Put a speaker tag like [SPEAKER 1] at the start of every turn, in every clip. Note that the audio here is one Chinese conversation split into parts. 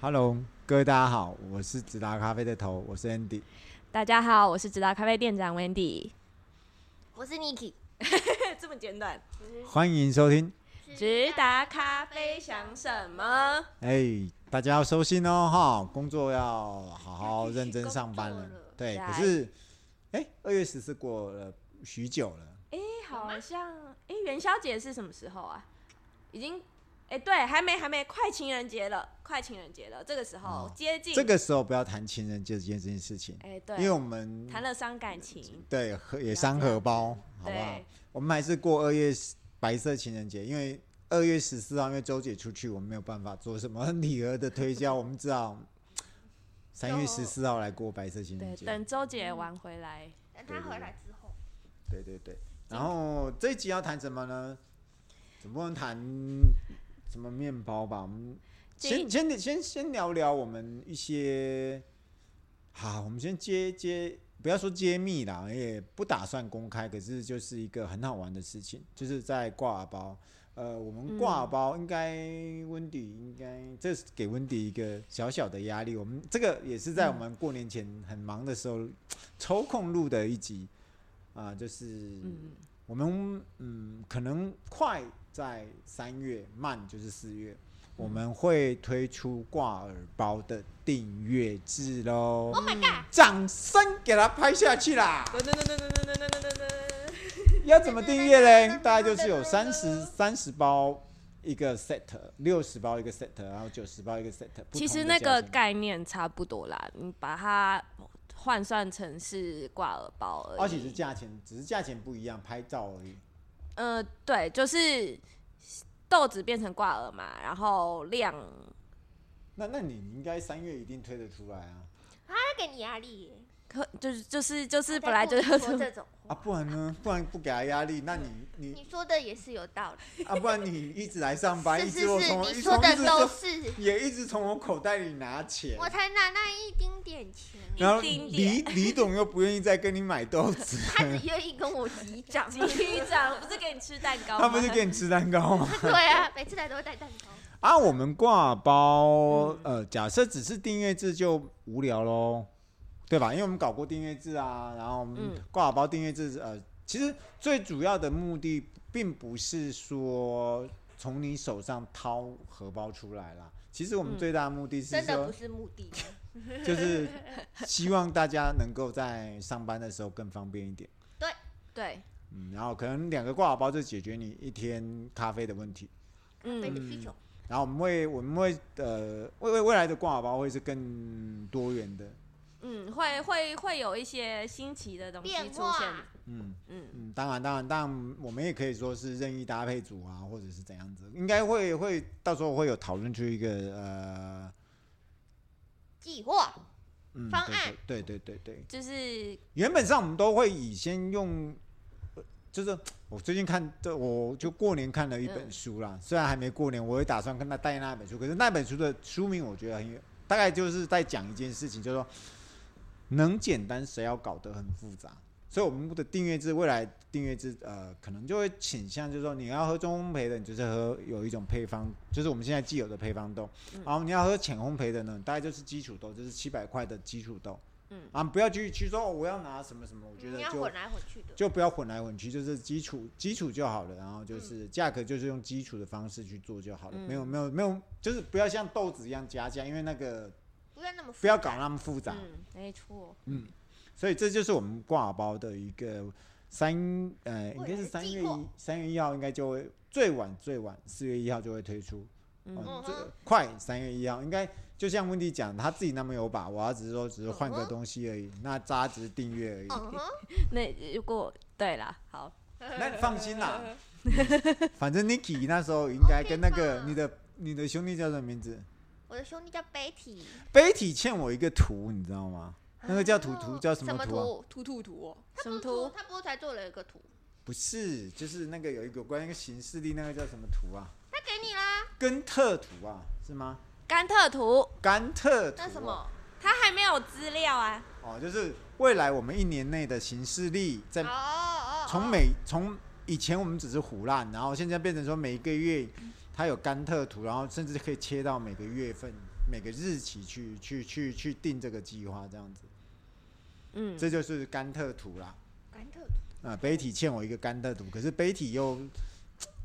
[SPEAKER 1] Hello，各位大家好，我是直达咖啡的头，我是 Andy。
[SPEAKER 2] 大家好，我是直达咖啡店长 Wendy。
[SPEAKER 3] 我是 Niki，
[SPEAKER 2] 哎这么简短，
[SPEAKER 1] 欢迎收听，
[SPEAKER 2] 直达咖啡想什么？
[SPEAKER 1] 哎、大家要收心哦，哈，工作要好好认真上班
[SPEAKER 3] 要
[SPEAKER 1] 了
[SPEAKER 3] 继续工作了。
[SPEAKER 1] 对，
[SPEAKER 2] 对
[SPEAKER 1] 可是，哎、2二月十四过了许久了，
[SPEAKER 2] 哎、好像哎、元宵节是什么时候啊？已经哎、对，还没还没，快情人节了，快情人节了，这个时候、
[SPEAKER 1] 哦
[SPEAKER 2] 接近
[SPEAKER 1] 这个时候不要谈情人节这件这件事情，
[SPEAKER 2] 哎、
[SPEAKER 1] 因为
[SPEAKER 2] 对，
[SPEAKER 1] 我们
[SPEAKER 2] 谈了伤感情，
[SPEAKER 1] 对荷也
[SPEAKER 2] 要
[SPEAKER 1] 伤
[SPEAKER 2] 这样
[SPEAKER 1] 荷包，好不好
[SPEAKER 2] 对？
[SPEAKER 1] 我们还是过二月十白色情人节，因为二月十四号，因为周姐出去，我们没有办法做什么 礼盒的推销，我们只好三月十四号来过白色情人
[SPEAKER 2] 对，
[SPEAKER 1] 节。
[SPEAKER 2] 等周姐玩回来，
[SPEAKER 3] 等他回来之后，
[SPEAKER 1] 对对对。然后这一集要谈什么呢？总不能谈什么面包吧？我们先
[SPEAKER 2] 建议
[SPEAKER 1] 先先先聊聊我们一些，好，我们先揭揭，不要说揭秘啦，也不打算公开，可是就是一个很好玩的事情，就是在挂耳包。呃，我们挂耳包应该温迪应该，这是给温迪一个小小的压力。我们这个也是在我们过年前很忙的时候抽空录的一集啊、就是
[SPEAKER 2] 嗯，
[SPEAKER 1] 我们嗯，可能快在三月，慢就是四月，我们会推出挂耳包的订阅制喽。Oh my god！掌声给它拍下去啦！
[SPEAKER 2] 噔噔噔噔噔噔噔噔噔噔，
[SPEAKER 1] 要怎么订阅嘞？大概就是有三十三十包一个 set，六十包一个 set，然后九十包一个 set。
[SPEAKER 2] 其实那个概念差不多啦，你把它换算成是挂耳包而已。
[SPEAKER 1] 而且是价钱，只是价钱不一样，拍照而已。
[SPEAKER 2] 呃，对，就是豆子变成挂耳嘛，然后量
[SPEAKER 1] 那那你应该三月一定推得出来啊！
[SPEAKER 3] 他给你压力耶，
[SPEAKER 2] 可就是就是就是
[SPEAKER 3] 是
[SPEAKER 2] 本来就是
[SPEAKER 3] 说这种
[SPEAKER 1] 啊，
[SPEAKER 3] 话，
[SPEAKER 1] 不然呢？不然不给他压力，那你你
[SPEAKER 3] 你说的也是有道理，
[SPEAKER 1] 啊，不然你一直来上班，
[SPEAKER 3] 是
[SPEAKER 1] 一
[SPEAKER 3] 是
[SPEAKER 1] 直我
[SPEAKER 3] 是，
[SPEAKER 1] 从
[SPEAKER 3] 你
[SPEAKER 1] 一
[SPEAKER 3] 说
[SPEAKER 1] 从一
[SPEAKER 3] 的
[SPEAKER 1] 直
[SPEAKER 3] 都
[SPEAKER 1] 从
[SPEAKER 3] 是，
[SPEAKER 1] 也一直从我口袋里拿钱，
[SPEAKER 3] 我才拿那一丁点钱 耶，
[SPEAKER 1] 然后
[SPEAKER 2] 一丁
[SPEAKER 1] 李李董又不愿意再跟你买豆子，
[SPEAKER 3] 他只愿意跟我击 掌，
[SPEAKER 2] 局长不是给你吃蛋糕
[SPEAKER 1] 他不是给你吃蛋糕吗？
[SPEAKER 3] 对啊，每次来都会带蛋糕，
[SPEAKER 1] 啊，我们挂包，
[SPEAKER 2] 嗯
[SPEAKER 1] 呃，假设只是订阅制就无聊喽，对吧？因为我们搞过订阅制啊，然后我们
[SPEAKER 2] 嗯
[SPEAKER 1] 挂包订阅制，呃，其实最主要的目的并不是说从你手上掏荷包出来啦，其实我们
[SPEAKER 2] 嗯
[SPEAKER 1] 最大的目的是
[SPEAKER 3] 真的
[SPEAKER 1] 说
[SPEAKER 3] 不，是目的，
[SPEAKER 1] 就是希望大家能够在上班的时候更方便一点。
[SPEAKER 2] 对，
[SPEAKER 1] 嗯，然后可能两个挂耳包就解决你一天咖啡的问题。
[SPEAKER 3] 没
[SPEAKER 2] 嗯，
[SPEAKER 3] 的需求，
[SPEAKER 1] 然后我们会我们会呃未未未来的挂耳包会是更多元的。
[SPEAKER 2] 嗯，会会会有一些新奇的东西
[SPEAKER 3] 变
[SPEAKER 2] 出现
[SPEAKER 3] 化，，
[SPEAKER 1] 嗯
[SPEAKER 2] 嗯，
[SPEAKER 1] 嗯，当然当然当然，我们也可以说是任意搭配组啊，或者是怎样子，应该会会到时候会有讨论出一个呃
[SPEAKER 3] 计划，
[SPEAKER 1] 嗯
[SPEAKER 3] 方案。
[SPEAKER 1] 对对对对对，
[SPEAKER 2] 就是
[SPEAKER 1] 原本上我们都会以先用，呃就是我最近看，这我就过年看了一本
[SPEAKER 2] 嗯
[SPEAKER 1] 书啦，虽然还没过年，我也打算跟他带那本书，可是那本书的书名我觉得很有，大概就是在讲一件事情，就是说能简单谁要搞得很复杂。所以我们的订阅制，未来订阅制，呃，可能就会倾向就是说，你要喝中烘焙的，你就是喝有一种配方，就是我们现在既有的配方豆。
[SPEAKER 2] 嗯
[SPEAKER 1] 然后你要喝浅烘焙的呢，大概就是基础豆，就是七百块的基础豆。
[SPEAKER 2] 嗯
[SPEAKER 1] 啊，不要去去说、哦、我要拿什么什么，我觉得
[SPEAKER 3] 你要
[SPEAKER 1] 就
[SPEAKER 3] 混来混去的，
[SPEAKER 1] 就不要混来混去，就是基础基础就好了，然后
[SPEAKER 3] 嗯
[SPEAKER 1] 就是价格就是用基础的方式去做就好了，没有没有没有，就是不要像豆子一样加价，因为那个
[SPEAKER 3] 不要那么复
[SPEAKER 1] 不要
[SPEAKER 3] 杂
[SPEAKER 1] 搞那么复杂，
[SPEAKER 2] 嗯，没错，
[SPEAKER 1] 所以这就是我们挂包的一个三呃，应该是
[SPEAKER 3] 未来
[SPEAKER 1] 三
[SPEAKER 3] 计
[SPEAKER 1] 月
[SPEAKER 3] 划
[SPEAKER 1] 一三月一号应该就会最晚最晚四月一号就会推出，
[SPEAKER 2] 嗯
[SPEAKER 1] 嗯
[SPEAKER 3] 嗯，
[SPEAKER 1] 最
[SPEAKER 3] 哼
[SPEAKER 1] 快三月一号应该就像温迪讲，他自己那么有把握，他只是说只是换个
[SPEAKER 3] 嗯哼
[SPEAKER 1] 东西而已，那扎只是订阅而已。
[SPEAKER 3] 嗯哼，
[SPEAKER 2] 那如果对啦，好，
[SPEAKER 1] 那你放心啦，反正 Niki 那时候应该跟那个
[SPEAKER 3] OK 吧
[SPEAKER 1] 你的你的兄弟叫什么名字
[SPEAKER 3] 我的兄弟叫 Betty，
[SPEAKER 1] ？Betty 欠我一个图，你知道吗？那个叫图图叫什
[SPEAKER 3] 啊什么
[SPEAKER 1] 图啊？
[SPEAKER 3] 图？
[SPEAKER 2] 图图图哦，
[SPEAKER 3] 他
[SPEAKER 2] 什
[SPEAKER 3] 不
[SPEAKER 2] 么
[SPEAKER 3] 是图？
[SPEAKER 2] 图？
[SPEAKER 3] 他不是才做了一个图，
[SPEAKER 1] 不是，就是那个有一个关于那个形式力那个叫什么图啊？
[SPEAKER 3] 他给你啦，
[SPEAKER 1] 根特图啊，是吗？
[SPEAKER 2] 甘特图，
[SPEAKER 1] 甘特图、啊
[SPEAKER 3] 那什？么？
[SPEAKER 2] 他还没有资料啊，
[SPEAKER 1] 哦，就是未来我们一年内的形式力，在
[SPEAKER 3] 哦哦哦，
[SPEAKER 1] 从每从以前我们只是胡乱，然后现在变成说每一个月它有甘特图，然后甚至可以切到每个月份。每个日期去去去去定这个计划，这样子，
[SPEAKER 2] 嗯，
[SPEAKER 1] 这就是甘特图啦。
[SPEAKER 3] 甘特
[SPEAKER 1] 啊，北体欠我一个甘特图，可是北体又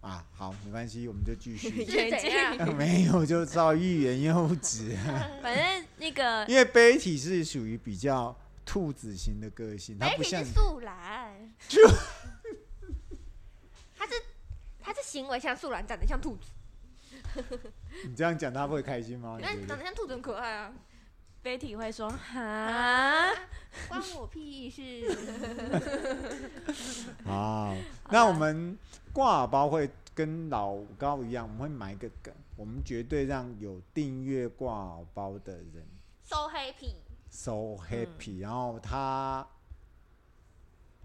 [SPEAKER 1] 啊，好，没关系，我们就继 续。
[SPEAKER 2] 远
[SPEAKER 3] 是怎啊样
[SPEAKER 2] 近
[SPEAKER 1] 没有，就照欲言又止啊，
[SPEAKER 2] 反正那个
[SPEAKER 1] 因为北体是属于比较兔子型的个性，它
[SPEAKER 3] 媒
[SPEAKER 1] 不
[SPEAKER 3] 体
[SPEAKER 1] 像
[SPEAKER 3] 是素兰，他是他是行为像素兰，长得像兔子，
[SPEAKER 1] 你这样讲，它会开心吗？
[SPEAKER 3] 因
[SPEAKER 1] 你
[SPEAKER 3] 为
[SPEAKER 1] 觉
[SPEAKER 3] 长
[SPEAKER 1] 得？
[SPEAKER 3] 得像兔子很可爱啊，
[SPEAKER 2] Betty 会说哈，
[SPEAKER 3] 关我屁 事。
[SPEAKER 1] 啊，那我们挂耳包会跟老高一样，我们会埋一个梗，我们绝对让有订阅挂耳包的人
[SPEAKER 3] So happy，
[SPEAKER 1] so
[SPEAKER 3] 嗯
[SPEAKER 1] happy，、然后他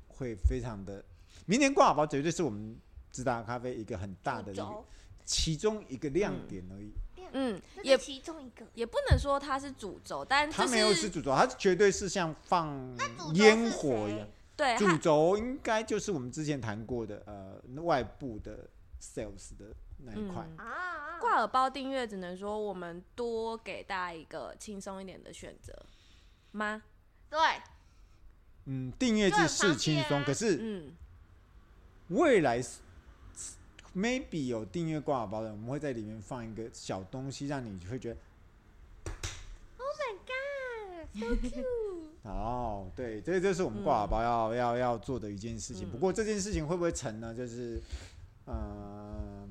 [SPEAKER 1] 会非常的，明年挂耳包绝对是我们直达咖啡一个很大的一个
[SPEAKER 3] 轴
[SPEAKER 1] 其中一个亮点而已。
[SPEAKER 2] 嗯，
[SPEAKER 3] 这
[SPEAKER 2] 也
[SPEAKER 3] 是其中一个。
[SPEAKER 2] 也不能说它是主轴，但
[SPEAKER 1] 它
[SPEAKER 2] 就
[SPEAKER 1] 没有是主轴，它绝对是像放
[SPEAKER 3] 主轴
[SPEAKER 1] 烟
[SPEAKER 3] 是
[SPEAKER 1] 火一样
[SPEAKER 3] 谁。
[SPEAKER 2] 对
[SPEAKER 1] 主
[SPEAKER 2] 它
[SPEAKER 1] 轴应该就是我们之前谈过的呃外部的 sales 的那一块。
[SPEAKER 2] 嗯
[SPEAKER 3] 啊，
[SPEAKER 2] 挂耳包订阅，只能说我们多给大家一个轻松一点的选择吗？
[SPEAKER 3] 对，
[SPEAKER 1] 嗯，订阅制是轻松，
[SPEAKER 3] 就很方便啊
[SPEAKER 1] 可是
[SPEAKER 2] 嗯，
[SPEAKER 1] 未来是 maybe 有订阅挂耳包的，我们会在里面放一个小东西，让你会觉得。 哦，对，这就是我们挂耳包要、要要做的一件事情。
[SPEAKER 2] 嗯
[SPEAKER 1] 不过这件事情会不会成呢？就是，呃，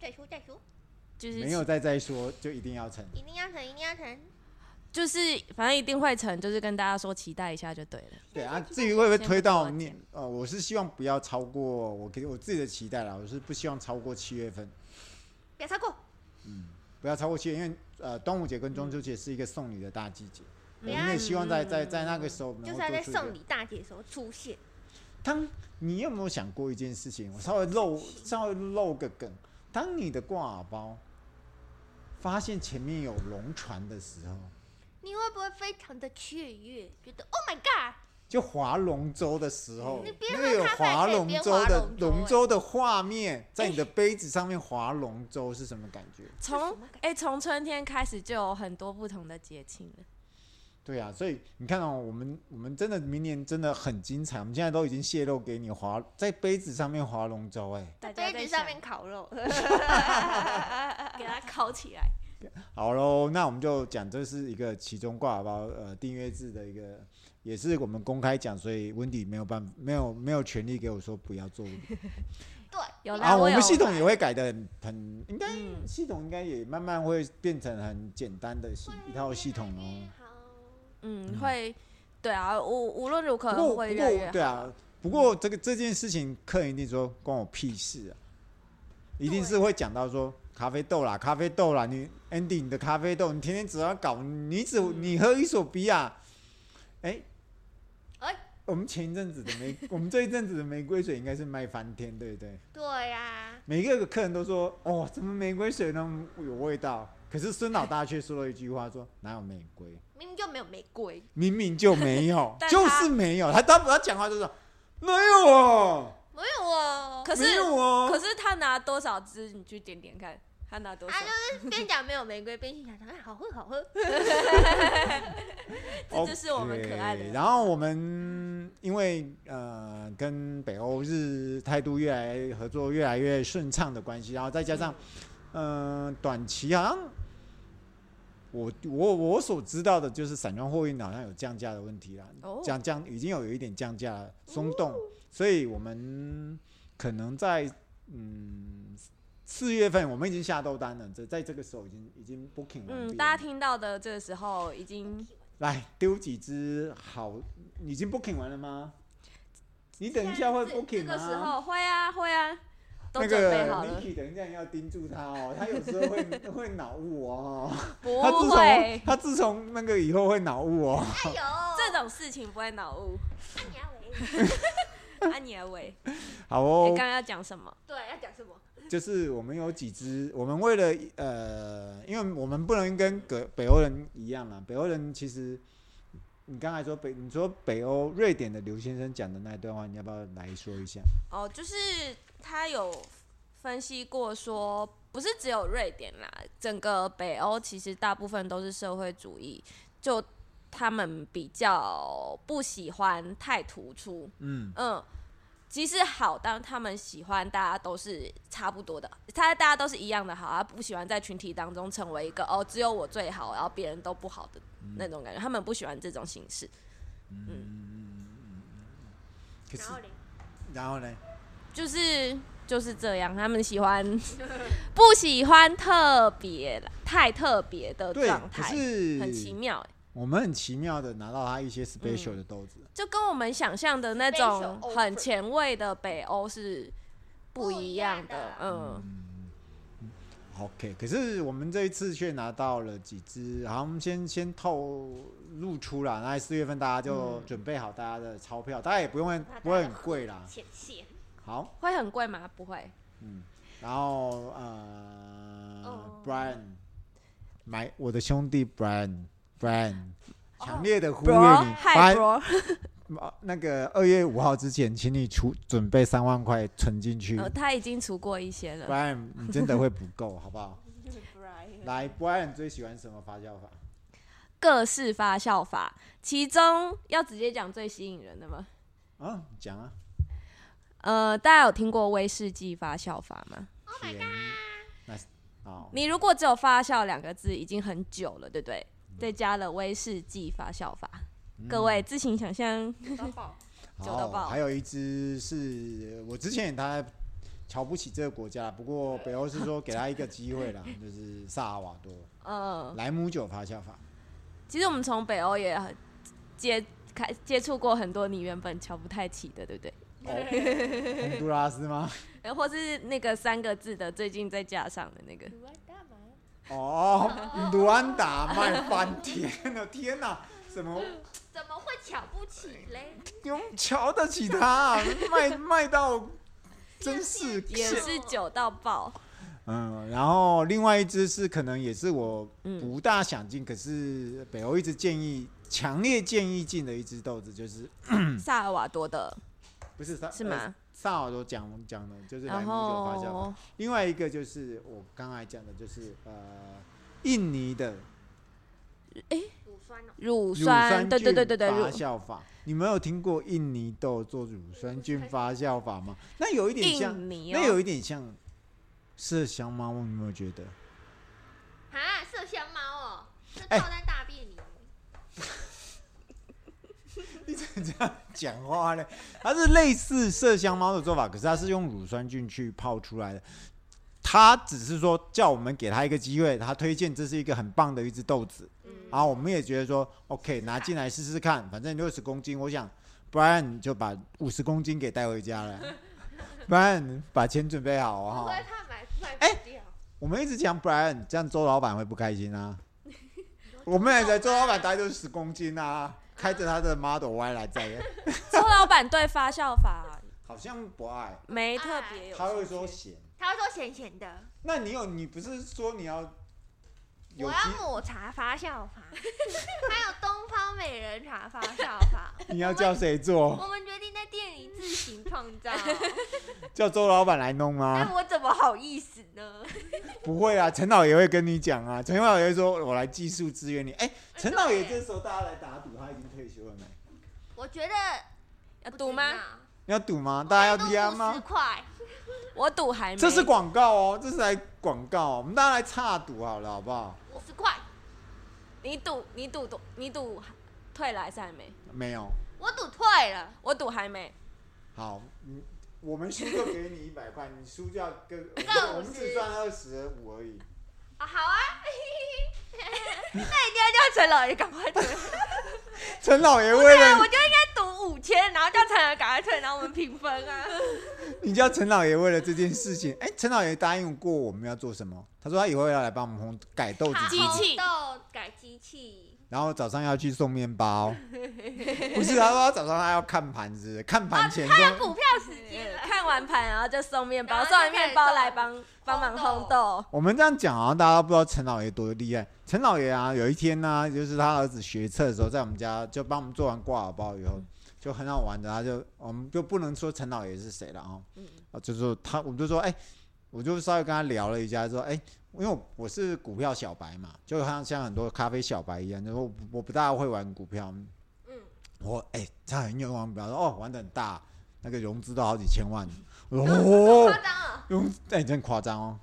[SPEAKER 3] 再说再说，
[SPEAKER 2] 就是
[SPEAKER 1] 没有再再说，就一定要成。
[SPEAKER 3] 一定要成，一定要成。
[SPEAKER 2] 就是反正一定会成，就是跟大家说期待一下就对了。
[SPEAKER 1] 对啊，至于会不会
[SPEAKER 2] 先
[SPEAKER 1] 推
[SPEAKER 2] 不
[SPEAKER 1] 到
[SPEAKER 2] 做
[SPEAKER 1] 年
[SPEAKER 2] 节目，
[SPEAKER 1] 呃，我是希望不要超过我给我自己的期待啦，我是不希望超过七月份，
[SPEAKER 3] 别超过，
[SPEAKER 1] 不要超过七月，因为呃，端午节跟中秋节是一个送礼的大季节，我
[SPEAKER 3] 对
[SPEAKER 1] 们
[SPEAKER 3] 啊
[SPEAKER 1] 也希望在在在那个时候能
[SPEAKER 3] 就是
[SPEAKER 1] 够
[SPEAKER 3] 要
[SPEAKER 1] 做
[SPEAKER 3] 在
[SPEAKER 1] 出一个
[SPEAKER 3] 送。礼大姐的时候出现。
[SPEAKER 1] 当你有没有想过一件事情？我稍微漏稍微漏个梗，当你的挂耳包发现前面有龙船的时候，
[SPEAKER 3] 你会不会非常的雀跃，觉得 Oh my God，
[SPEAKER 1] 就划龙舟的时候
[SPEAKER 3] 你，边
[SPEAKER 1] 那
[SPEAKER 3] 喝
[SPEAKER 1] 个有
[SPEAKER 3] 咖啡
[SPEAKER 1] 划
[SPEAKER 3] 可以
[SPEAKER 1] 龙
[SPEAKER 3] 边
[SPEAKER 1] 舟
[SPEAKER 3] 划
[SPEAKER 1] 的
[SPEAKER 3] 龙舟
[SPEAKER 1] 龙
[SPEAKER 3] 欸
[SPEAKER 1] 舟的画面，在你的杯子上面划龙舟是什么感觉？
[SPEAKER 2] 从
[SPEAKER 3] 什么感
[SPEAKER 2] 哎，从、春天开始就有很多不同的节庆了。
[SPEAKER 1] 对啊，所以你看哦，我们我们真的明年真的很精彩，我们现在都已经泄露给你划在杯子上面划龙舟、欸，
[SPEAKER 2] 大家
[SPEAKER 3] 杯
[SPEAKER 2] 在
[SPEAKER 3] 子
[SPEAKER 2] 想呃
[SPEAKER 3] 上面 烤肉，
[SPEAKER 2] 给它烤起来。
[SPEAKER 1] 好喽，那我们就讲这是一个其中挂包呃订阅制的一个，也是我们公开讲，所以温迪没有办没有没有权利给我说不要做
[SPEAKER 3] 对，
[SPEAKER 2] 有啦，
[SPEAKER 1] 啊，我
[SPEAKER 2] 有
[SPEAKER 1] 们系统也会改的很很，应该、
[SPEAKER 2] 嗯
[SPEAKER 1] 系统应该也慢慢会变成很简单的系一套系统哦。
[SPEAKER 3] 好，
[SPEAKER 2] 嗯会，对啊，无无论如何
[SPEAKER 1] 不过
[SPEAKER 2] 会
[SPEAKER 1] 不
[SPEAKER 2] 越来越
[SPEAKER 1] 过
[SPEAKER 2] 好。
[SPEAKER 1] 对啊，不过这个这件事情，客人一定说关我屁事啊，一定是会讲到说咖啡豆啦，咖啡豆啦，你 Andy 你的咖啡豆，你天天只要搞，你只
[SPEAKER 2] 嗯
[SPEAKER 1] 你喝伊索比亚，啊哎、
[SPEAKER 3] 哎
[SPEAKER 1] 我们前一阵子的玫，我们这一阵子的玫瑰水应该是卖翻天，对不对？
[SPEAKER 3] 对啊呀，
[SPEAKER 1] 每个客人都说：“哦，怎么玫瑰水那么有味道？”可是孙老大却说了一句话说：“哪有玫瑰？
[SPEAKER 3] 明明就没有玫瑰，
[SPEAKER 1] 明明就没有
[SPEAKER 2] 但，
[SPEAKER 1] 就
[SPEAKER 2] 他
[SPEAKER 1] 是没有。”他当他讲话就说：“没有啊，
[SPEAKER 3] 没有 哦。
[SPEAKER 2] 可
[SPEAKER 1] 没
[SPEAKER 2] 是
[SPEAKER 1] 有啊。
[SPEAKER 2] 可是他拿多少支，你去点点看，他拿多少
[SPEAKER 3] 啊，？就是边讲没有玫瑰，边心想哎，好喝好喝。
[SPEAKER 2] 这就是我们可爱的
[SPEAKER 1] OK，然后我们因为呃跟北欧日态度越来合作越来越顺畅的关系，然后再加上嗯、呃短期好像我我我所知道的就是散装货运好像有降价的问题啦，
[SPEAKER 2] 哦
[SPEAKER 1] 降降已经有有一点降价了松动，所以我们可能在嗯。四月份我们已经下豆单了，这在这个时候已经已经 booking 完毕
[SPEAKER 2] 嗯，
[SPEAKER 1] 了
[SPEAKER 2] 大家听到的这个时候已经
[SPEAKER 1] 来丢几只好，已经 booking 完了吗？你等一下会
[SPEAKER 2] 这
[SPEAKER 1] booking
[SPEAKER 2] 这
[SPEAKER 1] 吗？
[SPEAKER 2] 个时候会啊会啊，都
[SPEAKER 1] 那
[SPEAKER 2] 准备
[SPEAKER 1] 个
[SPEAKER 2] 好了，
[SPEAKER 1] Niki 等一下你要盯住他哦，他有时候会 会脑雾 哦。他自
[SPEAKER 2] 不
[SPEAKER 1] 从
[SPEAKER 2] 会，
[SPEAKER 1] 他自从那个以后会脑雾哦。
[SPEAKER 3] 哎呦，哎
[SPEAKER 2] 这种事情不会啊脑雾。
[SPEAKER 3] 看你要为
[SPEAKER 2] 安妮伟，
[SPEAKER 1] 好
[SPEAKER 2] 你
[SPEAKER 1] 哦
[SPEAKER 2] 刚，刚要讲什么？
[SPEAKER 3] 对要讲什么？
[SPEAKER 1] 就是我们有几只，我们为了呃，因为我们不能跟北北欧人一样啊，北欧人其实。你刚才说北，你说北欧瑞典的刘先生讲的那一段话，你要不要来说一下？
[SPEAKER 2] 哦，就是他有分析过说，不是只有瑞典啦，整个北欧其实大部分都是社会主义，就他们比较不喜欢太突出，
[SPEAKER 1] 嗯，
[SPEAKER 2] 嗯。即使好，但他们喜欢大家都是差不多的，他大家都是一样的好，他不喜欢在群体当中成为一个哦，只有我最好，然后别人都不好的那种感觉，他们不喜欢这种形式。
[SPEAKER 1] 可是
[SPEAKER 3] 然后嘞，
[SPEAKER 1] 然后呢？
[SPEAKER 2] 就是就是这样，他们喜欢不喜欢特别啦太特别的
[SPEAKER 1] 对
[SPEAKER 2] 状，
[SPEAKER 1] 可
[SPEAKER 2] 态，很奇
[SPEAKER 1] 是
[SPEAKER 2] 妙欸、
[SPEAKER 1] 我们很奇妙的拿到它一些 special 的豆子，
[SPEAKER 2] 就跟我们想象的那
[SPEAKER 3] Special
[SPEAKER 2] 种
[SPEAKER 3] offer
[SPEAKER 2] 很前卫的北欧是不一样
[SPEAKER 3] 不
[SPEAKER 2] 的
[SPEAKER 3] 一样的。
[SPEAKER 2] 嗯，
[SPEAKER 1] OK，可是我们这一次却拿到了几只，好，我们先先透露出啦。那四月份大家就准备好大家的钞票，大家也不用很
[SPEAKER 3] 那
[SPEAKER 1] 不会很贵啦。
[SPEAKER 3] 浅线，
[SPEAKER 1] 好，
[SPEAKER 2] 会很贵吗？不会。
[SPEAKER 1] 然后呃、
[SPEAKER 3] 哦
[SPEAKER 1] b r i a n 买我的兄弟 Brian，Brian，强烈的呼吁
[SPEAKER 2] bro，
[SPEAKER 1] 你，
[SPEAKER 2] 嗨
[SPEAKER 1] 把
[SPEAKER 2] 哦 bro，
[SPEAKER 1] 把那个二月五号之前，请你出准备三万块存进去。
[SPEAKER 2] 呃他已经出过一些了。
[SPEAKER 1] Brian，你真的会不够，好不 好？
[SPEAKER 3] Brian
[SPEAKER 1] 来，Brian 最喜欢什么发酵法？
[SPEAKER 2] 各式发酵法，其中要直接讲最吸引人的吗？
[SPEAKER 1] 啊，你讲啊，
[SPEAKER 2] 呃，大家有听过威士忌发酵法吗？
[SPEAKER 1] 甜，那好，
[SPEAKER 2] 你如果只有发酵两个字，已经很久了，对不对？再加了威士忌发酵法，
[SPEAKER 1] 嗯
[SPEAKER 2] 各位自行想象。
[SPEAKER 3] 到
[SPEAKER 1] 啊
[SPEAKER 3] 爆，
[SPEAKER 1] 好
[SPEAKER 2] 久到爆
[SPEAKER 1] 还有一只是我之前也他瞧不起这个国家，不过北欧是说给他一个机会 啦，就是萨尔瓦多
[SPEAKER 2] 嗯，
[SPEAKER 1] 莱姆酒发酵法。
[SPEAKER 2] 其实我们从北欧也很接开接触过很多你原本瞧不太起的，对不对？
[SPEAKER 1] 洪都拉斯吗？
[SPEAKER 2] 呃或是那个三个字的，最近再加上的那个，
[SPEAKER 3] 卢安大吗？
[SPEAKER 1] 哦，卢安达卖翻天了，天哪！怎么
[SPEAKER 3] 怎么会瞧不起嘞？
[SPEAKER 1] 用瞧得起他、啊？卖卖到真是
[SPEAKER 2] 也是久到爆。
[SPEAKER 1] 嗯，然后另外一只是可能也是我不大想进，可是北欧一直建议，强烈建议进的一只豆子，就是嗯
[SPEAKER 2] 萨尔瓦多的
[SPEAKER 1] 不是萨
[SPEAKER 2] 是吗？？
[SPEAKER 1] 萨尔都讲讲的就是莱
[SPEAKER 2] 然
[SPEAKER 1] 姆酒发酵法，
[SPEAKER 2] 后
[SPEAKER 1] 另外一个就是我刚才讲的，就是呃印尼的
[SPEAKER 3] 乳酸哦，
[SPEAKER 2] 乳
[SPEAKER 1] 乳
[SPEAKER 2] 酸，对对
[SPEAKER 1] 菌
[SPEAKER 2] 对对对，乳
[SPEAKER 1] 发酵法。你们有听过印尼豆做乳酸菌发酵法吗？那有一点像，
[SPEAKER 2] 印尼
[SPEAKER 1] 那有
[SPEAKER 2] 哦，
[SPEAKER 1] 一点像麝香猫，你有没有觉得？
[SPEAKER 3] 啊，麝香猫哦，是
[SPEAKER 1] 哎
[SPEAKER 3] 泡在大便里。
[SPEAKER 1] 你怎么这样讲话呢？它是类似麝香猫的做法，可是它是用乳酸菌去泡出来的。他只是说叫我们给他一个机会，他推荐这是一个很棒的一只豆子，
[SPEAKER 3] 嗯
[SPEAKER 1] 然后我们也觉得说 OK 拿进来试试看，反正六十公斤，我想 Brian 就把五十公斤给带回家了。Brian 把钱准备好
[SPEAKER 3] 不
[SPEAKER 1] 哦
[SPEAKER 3] 会
[SPEAKER 1] 哈。
[SPEAKER 3] 怕买卖
[SPEAKER 1] 哎
[SPEAKER 3] 不掉。
[SPEAKER 1] 我们一直讲 Brian，这样周老板会不开心啊。我们也在周老板大概就是十公斤啊，开着他的 Model Y 来载，
[SPEAKER 2] 周老板对发酵法
[SPEAKER 1] 好像不爱。
[SPEAKER 2] 没特别有兴趣，
[SPEAKER 1] 他会说咸。
[SPEAKER 3] 他会说咸咸的，
[SPEAKER 1] 那你有你不是说你要有
[SPEAKER 3] 我
[SPEAKER 1] 机
[SPEAKER 3] 要抹茶发酵 法，还有东方美人茶发酵 法。
[SPEAKER 1] 你要叫谁做？
[SPEAKER 3] 我们决定在店里自行创 造，
[SPEAKER 1] 叫周老板来弄吗？
[SPEAKER 3] 那我怎么好意思呢？
[SPEAKER 1] 不会啊，陈导也会跟你讲啊。陈导也会说，我来技术支援你。哎、陈导也这时候大家来打赌，他已经退休了没？
[SPEAKER 3] 我觉得
[SPEAKER 2] 要
[SPEAKER 3] 呃啊
[SPEAKER 2] 赌吗？？
[SPEAKER 1] 你要赌
[SPEAKER 3] 哦
[SPEAKER 1] 吗？大家要
[SPEAKER 3] 赌
[SPEAKER 1] 压
[SPEAKER 3] 十
[SPEAKER 1] 吗？
[SPEAKER 3] 块，
[SPEAKER 2] 我赌还没，
[SPEAKER 1] 这是广告哦，这是来广告、哦，我们大家来差赌好了，好不好？
[SPEAKER 3] 五十块，
[SPEAKER 2] 你赌你赌赌你赌退了还是还没？
[SPEAKER 1] 没有，
[SPEAKER 3] 我赌退了。
[SPEAKER 2] 我赌还没，
[SPEAKER 1] 好，嗯，我们输就给你一百块，你输就要跟我
[SPEAKER 3] 各
[SPEAKER 1] 们我们只
[SPEAKER 3] 50
[SPEAKER 1] 算二十五而已。
[SPEAKER 3] 啊，好啊， 那一定要叫陈老爷赶快退，
[SPEAKER 1] 陈老爷为了
[SPEAKER 3] 我就应该赌五千，然后叫陈老爷赶快退，然后我们平 分啊。
[SPEAKER 1] 你叫陈老爷为了这件事情，哎、陈老爷答应过我们要做什么？他说他以后要来帮我们烘改豆子
[SPEAKER 3] 好
[SPEAKER 1] 机，
[SPEAKER 2] 机器
[SPEAKER 3] 豆改机器，
[SPEAKER 1] 然后早上要去送面包。不是，他说他早上他要看盘子，看盘前送。
[SPEAKER 3] 股票时间了。
[SPEAKER 2] 看完盘然后就送面包，
[SPEAKER 3] 然后
[SPEAKER 2] 送
[SPEAKER 3] 就
[SPEAKER 2] 完面包
[SPEAKER 3] 开始
[SPEAKER 2] 来帮帮忙烘豆，
[SPEAKER 1] 我们这样讲啊，大家都不知道陈老爷多厉害。陈老爷啊，有一天呢、就是他儿子学车的时候，在我们家就帮我们做完挂耳包以后，就很好玩的，他就我们就不能说陈老爷是谁了啊、
[SPEAKER 2] 嗯
[SPEAKER 1] 啊，就说他，我们就说，哎、我就稍微跟他聊了一下，说，哎、因为我我是股票小白嘛，就像像很多咖啡小白一样，然后我我不大会玩股票，
[SPEAKER 2] 嗯，
[SPEAKER 1] 我哎、他很有玩股票，说哦玩的很大，那个融资到好几千万，我说哦
[SPEAKER 3] 夸，张啊！
[SPEAKER 1] 融哎、你真夸张哦，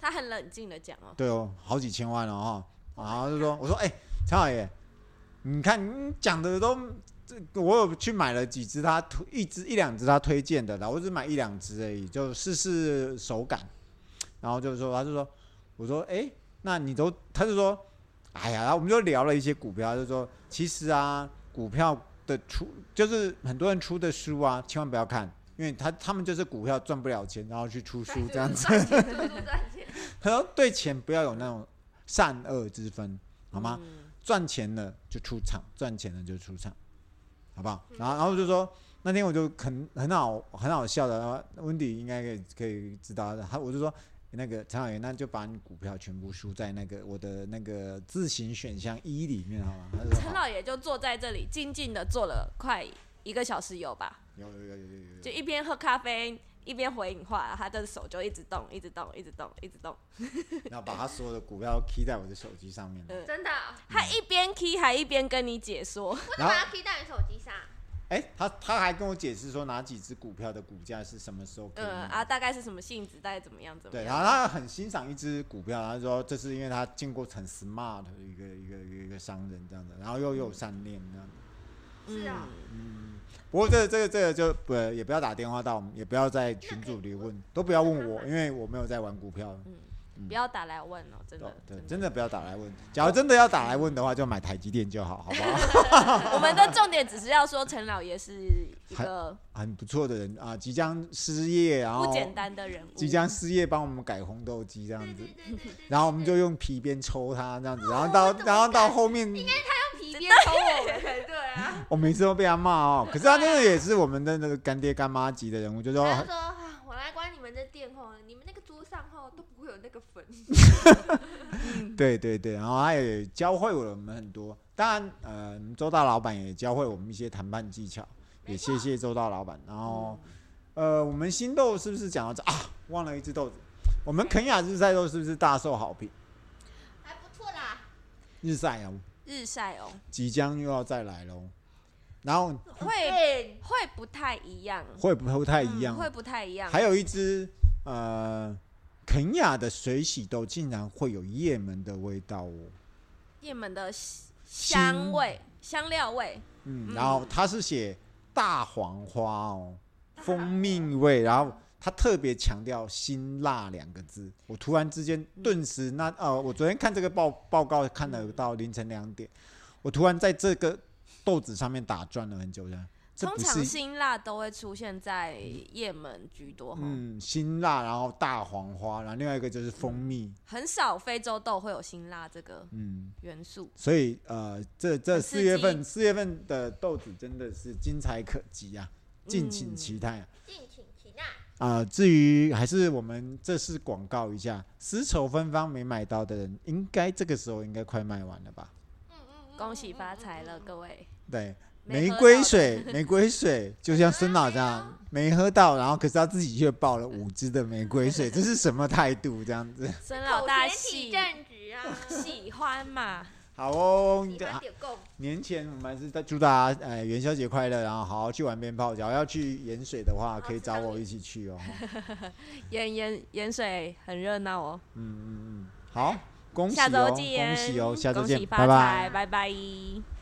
[SPEAKER 2] 他很冷静的讲哦，
[SPEAKER 1] 对哦，好几千万了哦哈，然后就说，我说哎，陈老爷，你看你讲的都，这我有去买了几只他推一只一两只他推荐的啦，我只买一两只而已，就试试手感。然后就说，他就说，我说哎，那你都，他就说，哎呀，然后我们就聊了一些股票，他就说其实啊，股票的出就是很多人出的书啊，千万不要看。因为他他们就是股票赚不了钱，然后去出书这样子，
[SPEAKER 3] 赚钱，速度赚钱，
[SPEAKER 1] 他说对钱不要有那种善恶之分，好吗？
[SPEAKER 2] 嗯？
[SPEAKER 1] 赚钱了就出场，赚钱了就出场，好不好？然后然后就说那天我就很很好很好笑的，然后温迪应该可以可以知道的，他我就说。那个陈小员，那就把你股票全部输在那个我的那个自行选项一里面，好吗？他就说
[SPEAKER 2] 陈
[SPEAKER 1] 好
[SPEAKER 2] 老爷就坐在这里，静静的坐了快一个小时有吧，
[SPEAKER 1] 有有有有有有
[SPEAKER 2] 就一边喝咖啡一边回你话，他的手就一直动，一直动，一直动，一直动。
[SPEAKER 1] 有，然后把他所有的股票 key 在我的手机上面了。
[SPEAKER 2] 嗯
[SPEAKER 3] 真的啊，
[SPEAKER 2] 他一边 key 还一边跟你解 说，
[SPEAKER 3] 为什
[SPEAKER 1] 然
[SPEAKER 3] 么
[SPEAKER 1] 后
[SPEAKER 3] 要 key 到你手机上？
[SPEAKER 1] 哎、他他还跟我解释说哪几只股票的股价是什么时候可以
[SPEAKER 2] 嗯
[SPEAKER 1] 买
[SPEAKER 2] 啊，大概是什么性质，大概怎么样怎么
[SPEAKER 1] 对，啊
[SPEAKER 2] 样。
[SPEAKER 1] 然后他很欣赏一只股票，然后说这是因为他经过很 smart 的一个一个一个一个商人这样的，然后又
[SPEAKER 2] 嗯
[SPEAKER 1] 又有善念这样。
[SPEAKER 3] 是啊
[SPEAKER 1] 不过这个这个这个就不也不要打电话到我们，也不要在群组里问，都不要问我，因为我没有在玩股票。
[SPEAKER 2] 不要打来问哦，嗯真
[SPEAKER 1] 对
[SPEAKER 2] 的，
[SPEAKER 1] 对，
[SPEAKER 2] 真
[SPEAKER 1] 真的不要打来问。假如真的要打来问的话，就买台积电就好，好不好？
[SPEAKER 2] 的。 我们的重点只是要说陈老爷是一 个
[SPEAKER 1] 很不错的人啊，即将失业，然后
[SPEAKER 2] 不简单的人物，
[SPEAKER 1] 即将失业，帮我们改红豆机这样
[SPEAKER 3] 对
[SPEAKER 1] 子
[SPEAKER 3] 对。对对对对。
[SPEAKER 1] 然后我们就用皮鞭抽他这样子，然
[SPEAKER 2] 哦
[SPEAKER 1] 后到然后到后面
[SPEAKER 3] 用皮鞭抽我们才对啊！
[SPEAKER 1] 我每次都被他骂哦，可是他那个也是我们的那个干爹干妈级的人物，就说
[SPEAKER 3] 他就说啊，我来关你们的电话，你们那个桌上哈都不会有那个粉。
[SPEAKER 1] 对对对，然后他也教会我们很多。当然，呃，周大老板也教会我们一些谈判技巧，也
[SPEAKER 3] 没
[SPEAKER 1] 谢
[SPEAKER 3] 错
[SPEAKER 1] 谢周大老板。然后，呃，我们新豆是不是讲到这啊？忘了一只豆子，我们肯雅日晒豆是不是大受好评？
[SPEAKER 3] 还不错啦，
[SPEAKER 1] 日晒哦，
[SPEAKER 2] 日晒哦，
[SPEAKER 1] 即将又要再来喽，然后
[SPEAKER 3] 嗯
[SPEAKER 2] 会
[SPEAKER 3] 对，
[SPEAKER 2] 会不太一样，
[SPEAKER 1] 会不会太一
[SPEAKER 2] 嗯
[SPEAKER 1] 样？
[SPEAKER 2] 会不太一样。
[SPEAKER 1] 还有一只呃，肯雅的水洗豆竟然会有叶门的味道哦。
[SPEAKER 2] 叶门的香香味、香料味，
[SPEAKER 1] 嗯，
[SPEAKER 2] 嗯
[SPEAKER 1] 然后他是写大黄花哦，蜂蜜味，然后他特别强调辛辣两个字。我突然之间顿时那呃，我昨天看这个报报告看了到凌晨两点，我突然在这个豆子上面打转了很久，这样这
[SPEAKER 2] 通
[SPEAKER 1] 不
[SPEAKER 2] 常
[SPEAKER 1] 是
[SPEAKER 2] 辛辣都会出现在叶门居多哈，
[SPEAKER 1] 嗯辛辣，然后大黄花，然后另外一个就是蜂蜜，
[SPEAKER 2] 很少非洲豆会有辛辣这个
[SPEAKER 1] 嗯。
[SPEAKER 2] 元素。
[SPEAKER 1] 所以呃，这这
[SPEAKER 2] 很
[SPEAKER 1] 四
[SPEAKER 2] 刺
[SPEAKER 1] 月
[SPEAKER 2] 激
[SPEAKER 1] 份四月份的豆子真的是精彩可期啊，敬请
[SPEAKER 2] 嗯
[SPEAKER 1] 期待啊！
[SPEAKER 3] 敬请期待。
[SPEAKER 1] 啊、至于还是我们这是广告一下，丝绸芬芳没买到的人，应该这个时候应该快卖完了吧？
[SPEAKER 3] 嗯嗯
[SPEAKER 2] 恭喜发财了，各位！
[SPEAKER 1] 对，
[SPEAKER 2] 没
[SPEAKER 1] 嗯玫
[SPEAKER 2] 喝
[SPEAKER 1] 瑰
[SPEAKER 2] 到
[SPEAKER 1] 水，玫瑰 水就像孙老这样没喝到，然后可是他自己却爆了五支的玫瑰水，这是什么态度？这样子，
[SPEAKER 2] 孙
[SPEAKER 3] 嗯嗯
[SPEAKER 2] 老大
[SPEAKER 3] 口嫌
[SPEAKER 2] 喜
[SPEAKER 3] 体正直啊，
[SPEAKER 2] 喜欢嘛？
[SPEAKER 1] 好哦，
[SPEAKER 3] 喜欢点够。
[SPEAKER 1] 年前我们还是在祝大家呃元宵节快乐，然后好好去玩鞭炮。假如要去盐水的话，可以找我一起去哦。
[SPEAKER 2] 盐盐盐水很热闹哦，
[SPEAKER 1] 嗯嗯嗯，好，恭喜
[SPEAKER 2] 下周
[SPEAKER 1] 哦，
[SPEAKER 2] 见，
[SPEAKER 1] 恭喜哦，下周
[SPEAKER 2] 恭喜
[SPEAKER 1] 见，
[SPEAKER 2] 发
[SPEAKER 1] 拜拜。
[SPEAKER 2] 财，拜拜